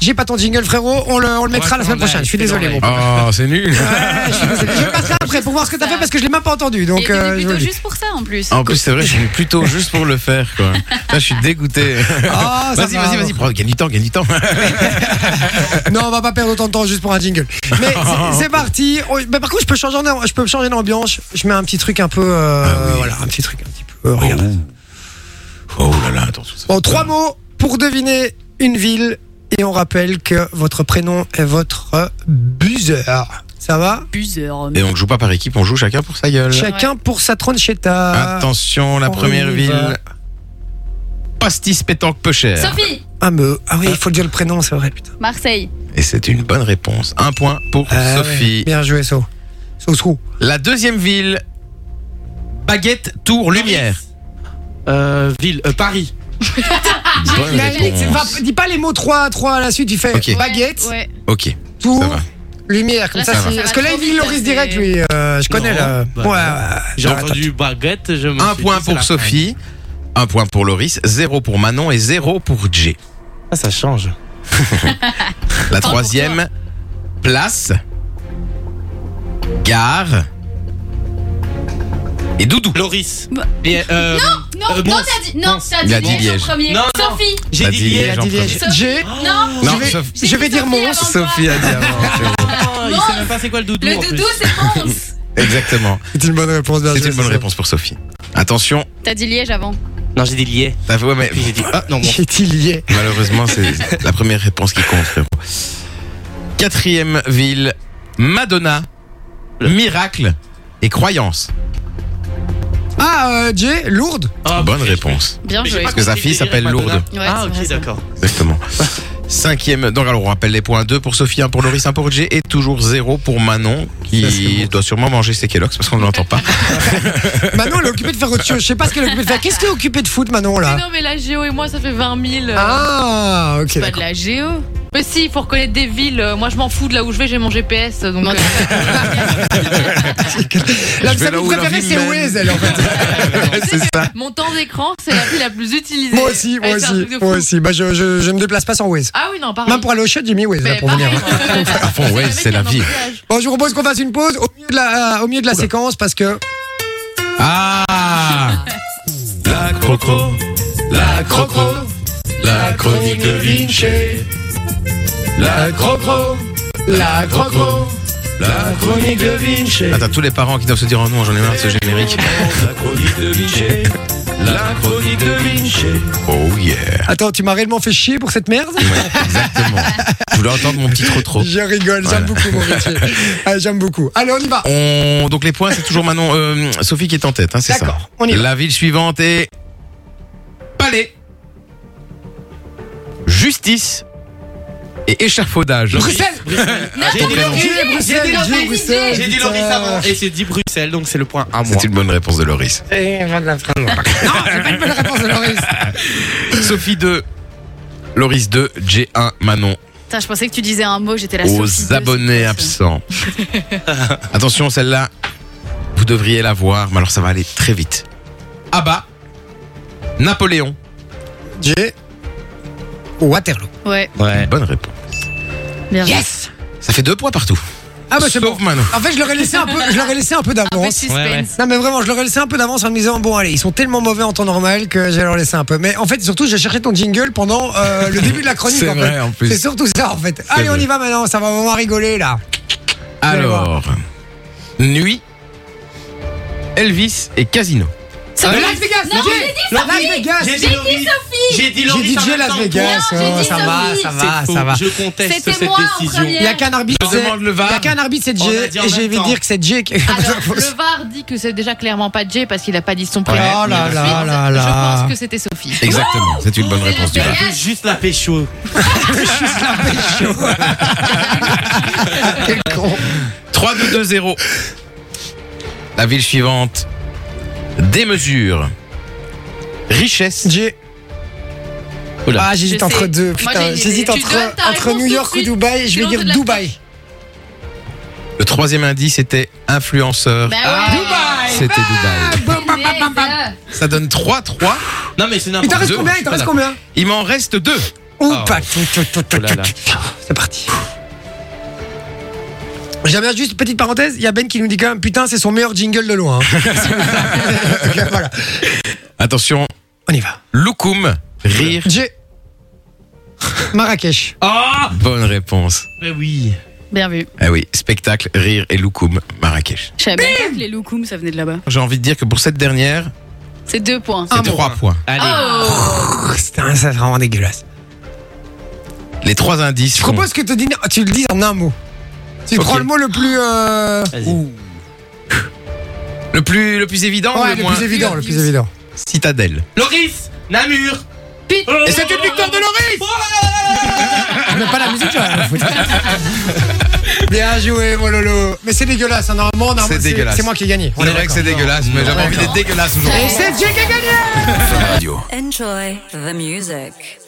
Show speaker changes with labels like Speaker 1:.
Speaker 1: J'ai pas ton jingle, frérot. On le, on le mettra
Speaker 2: Ouais,
Speaker 1: la semaine
Speaker 2: on a-
Speaker 1: prochaine. Je suis
Speaker 2: c'est
Speaker 1: désolé,
Speaker 2: dans
Speaker 1: mon pote.
Speaker 3: Oh, c'est nul.
Speaker 1: Ouais, je suis désolé. Je le passerai après pour voir ce que t'as fait parce que je l'ai même pas entendu.
Speaker 4: Et
Speaker 1: Donc,
Speaker 4: t'es
Speaker 1: euh, je vous
Speaker 4: plutôt
Speaker 1: le dis.
Speaker 4: juste pour ça en plus.
Speaker 3: En plus, c'est vrai, je suis plutôt juste pour le faire, quoi. Là, je suis dégoûté.
Speaker 1: Ah, ça
Speaker 3: Vas-y,
Speaker 1: va,
Speaker 3: vas-y,
Speaker 1: bon.
Speaker 3: vas-y, prends- gagne du temps, gagne du temps.
Speaker 1: Non, on va pas perdre autant de temps juste pour un jingle. Mais c'est- c'est parti. Oh, bah, par contre, je peux changer, en- je peux changer d'ambiance. Je mets un petit truc un peu. euh, Voilà, un petit truc un petit peu. euh, regarde.
Speaker 3: Oh là là, attends, tout ça.
Speaker 1: Bon, trois mots pour deviner une ville. Et on rappelle que votre prénom est votre euh, buzzer. Ça va
Speaker 4: Buzzeur.
Speaker 3: Et on joue pas par équipe, on joue chacun pour sa gueule.
Speaker 1: Chacun pour sa tronchetta.
Speaker 3: Attention, la
Speaker 1: on
Speaker 3: première
Speaker 1: y va.
Speaker 3: ville. Pastis pétanque peu cher.
Speaker 4: Sophie,
Speaker 1: Ah, me- ah oui, il faut dire le prénom, c'est vrai, putain.
Speaker 4: Marseille.
Speaker 3: Et c'est une bonne réponse. Un point pour
Speaker 1: Ah ouais,
Speaker 3: Sophie.
Speaker 1: Bien joué, So. So, so.
Speaker 3: La deuxième ville. Baguette, tour, lumière.
Speaker 2: Euh, ville, euh, Paris.
Speaker 3: Bonne réponse.
Speaker 1: Va- dis pas les mots 3 3 à la suite, il fait
Speaker 3: Ok.
Speaker 1: baguette,
Speaker 4: Ouais.
Speaker 3: Ok,
Speaker 1: tour,
Speaker 3: ça va.
Speaker 1: lumière, comme
Speaker 4: Là,
Speaker 1: ça,
Speaker 4: ça
Speaker 1: c'est-
Speaker 4: va.
Speaker 1: Parce que là, il
Speaker 4: Trop
Speaker 1: dit
Speaker 4: vite,
Speaker 1: Loris
Speaker 4: c'est-
Speaker 1: direct, lui. euh, je connais
Speaker 2: Non,
Speaker 1: là.
Speaker 2: bah,
Speaker 1: Ouais, ouais,
Speaker 2: J'ai
Speaker 1: ouais.
Speaker 2: entendu baguette, je me
Speaker 3: Un
Speaker 2: suis
Speaker 3: point
Speaker 2: dit, c'est
Speaker 3: pour
Speaker 2: la
Speaker 3: Sophie. Un point pour Loris, zéro pour Manon et zéro pour Jay.
Speaker 2: fin. Ah, ça change.
Speaker 3: La
Speaker 4: pour
Speaker 3: troisième, place, gare et doudou.
Speaker 2: Loris.
Speaker 4: Bah,
Speaker 2: Et, euh,
Speaker 4: Non,
Speaker 2: Euh,
Speaker 4: non,
Speaker 2: mince,
Speaker 4: t'as dit. Non,
Speaker 2: mince.
Speaker 4: t'as
Speaker 3: Il a dit
Speaker 4: dit Liège
Speaker 3: Liège.
Speaker 4: en premier.
Speaker 2: Non, non. Ah.
Speaker 4: Sophie.
Speaker 2: J'ai
Speaker 3: Bah,
Speaker 2: dit
Speaker 3: dis
Speaker 1: Il
Speaker 2: Liège.
Speaker 1: a
Speaker 3: Liège en
Speaker 1: dit
Speaker 3: premier.
Speaker 1: Liège.
Speaker 4: Sophie.
Speaker 1: J'ai-
Speaker 4: Non.
Speaker 1: Je
Speaker 3: Non,
Speaker 1: vais-
Speaker 3: Sophie-
Speaker 1: je vais
Speaker 4: dit
Speaker 1: dire
Speaker 4: Sophie
Speaker 1: Mons.
Speaker 4: avant toi.
Speaker 3: Sophie a dit avant.
Speaker 2: Ah, Il sait même pas c'est quoi le doudou.
Speaker 4: Le
Speaker 2: en plus.
Speaker 4: doudou, c'est Mons.
Speaker 3: Exactement.
Speaker 1: C'est une bonne réponse, bien
Speaker 3: C'est
Speaker 1: joué,
Speaker 3: une bonne
Speaker 1: ça.
Speaker 3: réponse pour Sophie. Attention,
Speaker 4: T'as dit Liège avant.
Speaker 2: Non, j'ai dit lié.
Speaker 3: t'as ouais, mais
Speaker 2: Puis j'ai dit. Ah, non, bon.
Speaker 1: J'ai-t-il lié
Speaker 3: malheureusement, c'est la première réponse qui compte, frérot. Quatrième ville, Madonna, miracle et croyance.
Speaker 1: Ah, euh, Jay, Lourdes
Speaker 2: Ah,
Speaker 3: Bonne
Speaker 2: mais-
Speaker 3: réponse.
Speaker 4: Bien
Speaker 2: mais j'ai
Speaker 4: joué.
Speaker 2: pas
Speaker 3: Parce que sa
Speaker 2: compris
Speaker 3: fille
Speaker 2: le délire
Speaker 3: s'appelle
Speaker 2: Madonna.
Speaker 3: Lourdes.
Speaker 4: Ouais,
Speaker 2: Ah,
Speaker 4: c'est vrai,
Speaker 2: ok,
Speaker 4: ça.
Speaker 2: d'accord.
Speaker 3: Exactement. Cinquième, donc alors on rappelle les points 2 pour Sophie, 1 pour Loris, 1 pour Jay et toujours 0 pour Manon
Speaker 1: Ça, c'est
Speaker 3: qui
Speaker 1: bon.
Speaker 3: doit sûrement manger ses Kellogg's parce qu'on ne l'entend pas.
Speaker 1: Manon, elle est occupée de faire autre chose. Je sais pas ce qu'elle est occupée de faire. Qu'est-ce qu'elle est occupée de foot, Manon,
Speaker 5: Mais
Speaker 1: là
Speaker 5: non, mais la géo et moi, ça fait 20 000. euh,
Speaker 1: Ah, ok.
Speaker 5: c'est pas de
Speaker 1: d'accord.
Speaker 5: la géo. Mais si, il faut reconnaître des villes. euh, Moi, je m'en fous de là où je vais, j'ai mon GPS. euh, Donc,
Speaker 4: Non,
Speaker 5: euh,
Speaker 1: La
Speaker 3: Je vais
Speaker 1: sa
Speaker 3: là
Speaker 1: ville
Speaker 3: où la
Speaker 1: préférée,
Speaker 3: vie
Speaker 1: c'est
Speaker 3: mène.
Speaker 1: Waze, elle, en fait.
Speaker 3: C'est ça.
Speaker 5: mon temps d'écran, c'est la ville la plus utilisée.
Speaker 1: Moi aussi, moi
Speaker 5: Ouais, c'est un
Speaker 1: aussi,
Speaker 5: truc de fou.
Speaker 1: moi aussi. Bah, je, je, je me déplace pas sans Waze.
Speaker 5: Ah oui, non, pareil.
Speaker 1: Même pour aller au shot, j'ai mis Waze là,
Speaker 5: Mais
Speaker 1: pour venir.
Speaker 5: pareil, euh,
Speaker 3: À fond, ouais, c'est la
Speaker 5: un
Speaker 3: vie.
Speaker 5: embouteillage.
Speaker 1: Bon, je vous propose qu'on fasse une pause au milieu de la, au milieu de la séquence parce que.
Speaker 3: Ah La crocro, la crocro, la chronique de Vinci. La crocro, la crocro, la chronique de Vinci. Attends, tous les parents qui doivent se dire oh non, j'en ai marre de ce générique.
Speaker 6: La chronique de Vinci. La chronique de Vinci.
Speaker 3: Oh yeah.
Speaker 1: Attends, tu m'as réellement fait chier pour cette merde
Speaker 3: Ouais, exactement. Je voulais entendre mon petit crocro.
Speaker 1: Je rigole, j'aime
Speaker 3: Voilà.
Speaker 1: beaucoup mon métier. Ah, j'aime beaucoup. Allez, on y va.
Speaker 3: On- Donc les points, c'est toujours Manon, euh, Sophie qui est en tête, hein, c'est ça.
Speaker 1: D'accord, on y va.
Speaker 3: La ville suivante est Palais, Justice et échafaudage.
Speaker 1: Bruxelles Ah,
Speaker 2: J'ai dit Loris.
Speaker 1: Bruxelles, Bruxelles,
Speaker 5: J'ai dit
Speaker 1: Dieu, Bruxelles,
Speaker 2: J'ai dit
Speaker 1: putain.
Speaker 2: Loris
Speaker 4: euh,
Speaker 2: avant. Et j'ai dit Bruxelles, donc c'est le point à moi.
Speaker 3: C'est une bonne réponse de Loris.
Speaker 1: Non, c'est pas une bonne réponse de Loris.
Speaker 3: Sophie 2, Loris 2, J1, Manon
Speaker 4: Putain, je pensais que tu disais un mot, j'étais là. Sophie
Speaker 3: aux
Speaker 4: deux,
Speaker 3: abonnés
Speaker 4: c'est-
Speaker 3: absents. Attention, celle-là, vous devriez la voir, mais alors ça va aller très vite. Ah bah, Napoléon.
Speaker 1: J'ai. Waterloo.
Speaker 4: Ouais,
Speaker 2: Ouais.
Speaker 3: Bonne réponse.
Speaker 4: bien joué.
Speaker 1: Yes
Speaker 3: Ça fait deux points partout.
Speaker 1: Ah, bah, c'est bon.
Speaker 3: Sauf Manon.
Speaker 1: En fait, je leur ai laissé un peu, je leur ai laissé un peu
Speaker 5: Un peu de
Speaker 1: d'avance.
Speaker 5: suspense.
Speaker 2: Ouais, ouais.
Speaker 1: Non mais vraiment, je leur ai laissé un peu d'avance en me disant bon allez, ils sont tellement mauvais en temps normal que je vais leur laisser un peu. Mais en fait, surtout, j'ai cherché ton jingle pendant euh, le début de la chronique.
Speaker 3: C'est
Speaker 1: en
Speaker 3: vrai,
Speaker 1: fait.
Speaker 3: en plus.
Speaker 1: C'est surtout ça en fait. Allez, on
Speaker 3: vrai.
Speaker 1: y va maintenant. Ça va vraiment rigoler là.
Speaker 3: Alors, nuit, Elvis et Casino.
Speaker 1: Euh,
Speaker 4: Sophie.
Speaker 1: Las Vegas.
Speaker 4: Non,
Speaker 1: Jay.
Speaker 4: j'ai dit
Speaker 1: Las Vegas.
Speaker 2: Ah J'ai dit Loris. J'ai dit
Speaker 1: J'ai
Speaker 2: Loris.
Speaker 1: dit
Speaker 2: en
Speaker 1: Jay
Speaker 2: même
Speaker 1: Las
Speaker 2: temps.
Speaker 1: Vegas.
Speaker 4: Non, j'ai
Speaker 1: Oh,
Speaker 4: dit
Speaker 1: ça va,
Speaker 4: Sophie.
Speaker 1: ça
Speaker 2: C'est
Speaker 1: va,
Speaker 3: Ah,
Speaker 2: faux.
Speaker 1: ça va.
Speaker 2: Je conteste
Speaker 4: C'était
Speaker 2: cette
Speaker 4: moi en
Speaker 2: décision.
Speaker 4: premier.
Speaker 1: Il y a qu'un arbitre.
Speaker 3: Je
Speaker 1: c'est-
Speaker 3: demande le
Speaker 1: Il y a
Speaker 3: VAR.
Speaker 1: qu'un arbitre, c'est
Speaker 2: On
Speaker 1: Jay.
Speaker 2: a dit en
Speaker 1: Et j'ai
Speaker 2: même
Speaker 1: vais
Speaker 2: temps.
Speaker 1: dire que c'est Jay. qui-
Speaker 5: Alors, le VAR dit que c'est déjà clairement pas Jay parce qu'il a pas dit son prénom.
Speaker 1: Oh là
Speaker 5: Ensuite,
Speaker 1: là là là.
Speaker 5: Je pense que c'était Sophie.
Speaker 3: Exactement, c'est une bonne
Speaker 4: C'est
Speaker 3: réponse du
Speaker 4: la
Speaker 3: VAR.
Speaker 4: dernière.
Speaker 2: Juste la pécho.
Speaker 1: Quel con.
Speaker 3: 3, 2, 2, 0. La ville suivante. Démesure. Richesse.
Speaker 1: Jay.
Speaker 2: Oula.
Speaker 1: Ah, j'hésite
Speaker 5: Je
Speaker 1: entre
Speaker 5: sais.
Speaker 1: deux.
Speaker 5: Moi, j'ai
Speaker 1: Putain,
Speaker 5: une
Speaker 1: j'hésite
Speaker 5: idée. Tu
Speaker 1: entre,
Speaker 5: donnes ta
Speaker 1: entre
Speaker 5: réponse
Speaker 1: New
Speaker 5: tout de
Speaker 1: York ou
Speaker 5: suite.
Speaker 1: Dubaï. Je vais
Speaker 5: Sinon,
Speaker 1: dire
Speaker 5: c'est de la
Speaker 1: Dubaï.
Speaker 3: Le troisième indice était influenceur.
Speaker 4: Bah ouais.
Speaker 3: C'était Dubaï.
Speaker 1: Ah, Bam, bam, bam, bam, bam.
Speaker 3: Ça donne 3, 3.
Speaker 2: Non, mais c'est
Speaker 1: Il t'en
Speaker 2: n'importe
Speaker 1: reste
Speaker 3: Deux,
Speaker 1: combien Il
Speaker 3: je suis
Speaker 1: t'en
Speaker 3: pas
Speaker 1: reste
Speaker 3: d'accord.
Speaker 1: combien
Speaker 3: Il m'en reste 2.
Speaker 1: Ou
Speaker 2: Ah.
Speaker 1: pas. Tout, tout, tout, tout,
Speaker 2: Oh là là.
Speaker 1: tout. C'est parti. J'aimerais juste une petite parenthèse, il y a Ben qui nous dit quand même putain c'est son meilleur jingle de loin. hein. Donc, voilà,
Speaker 3: Attention,
Speaker 1: on y va.
Speaker 3: Loukoum.
Speaker 2: Rire.
Speaker 1: J'ai Marrakech.
Speaker 2: Ah
Speaker 3: Bonne réponse.
Speaker 2: Mais oui.
Speaker 4: Bien vu.
Speaker 3: Ah oui, spectacle, rire et Loukoum, Marrakech.
Speaker 4: Je savais même pas que les loukoums, ça venait de là-bas.
Speaker 3: J'ai envie de dire que pour cette dernière,
Speaker 4: C'est deux points.
Speaker 3: c'est
Speaker 1: Un
Speaker 3: trois points.
Speaker 2: Allez.
Speaker 1: Ah.
Speaker 4: Oh
Speaker 1: C'était un ça c'est vraiment dégueulasse.
Speaker 3: Les trois indices.
Speaker 1: Je propose que te dis- tu le dises en un mot. Tu
Speaker 3: Ok.
Speaker 1: prends le mot le plus euh,
Speaker 2: Vas-y.
Speaker 1: ou-
Speaker 3: Le plus, le plus évident,
Speaker 1: ouais,
Speaker 3: le,
Speaker 1: Oh, le
Speaker 3: moins.
Speaker 1: plus évident, le plus évident.
Speaker 3: Citadelle.
Speaker 2: Loris Namur
Speaker 4: Pit-
Speaker 2: Oh
Speaker 3: Et c'est une victoire de Loris
Speaker 1: Mais pas la musique, tu vas la foutre. Bien joué, mon Lolo. Mais c'est dégueulasse, hein, normalement, normalement,
Speaker 3: C'est dégueulasse.
Speaker 1: C'est moi qui ai gagné.
Speaker 3: On est vrai que c'est dégueulasse, mais j'avais envie d'être dégueulasse aujourd'hui.
Speaker 1: Et c'est Dieu qui a gagné
Speaker 7: Enjoy the music.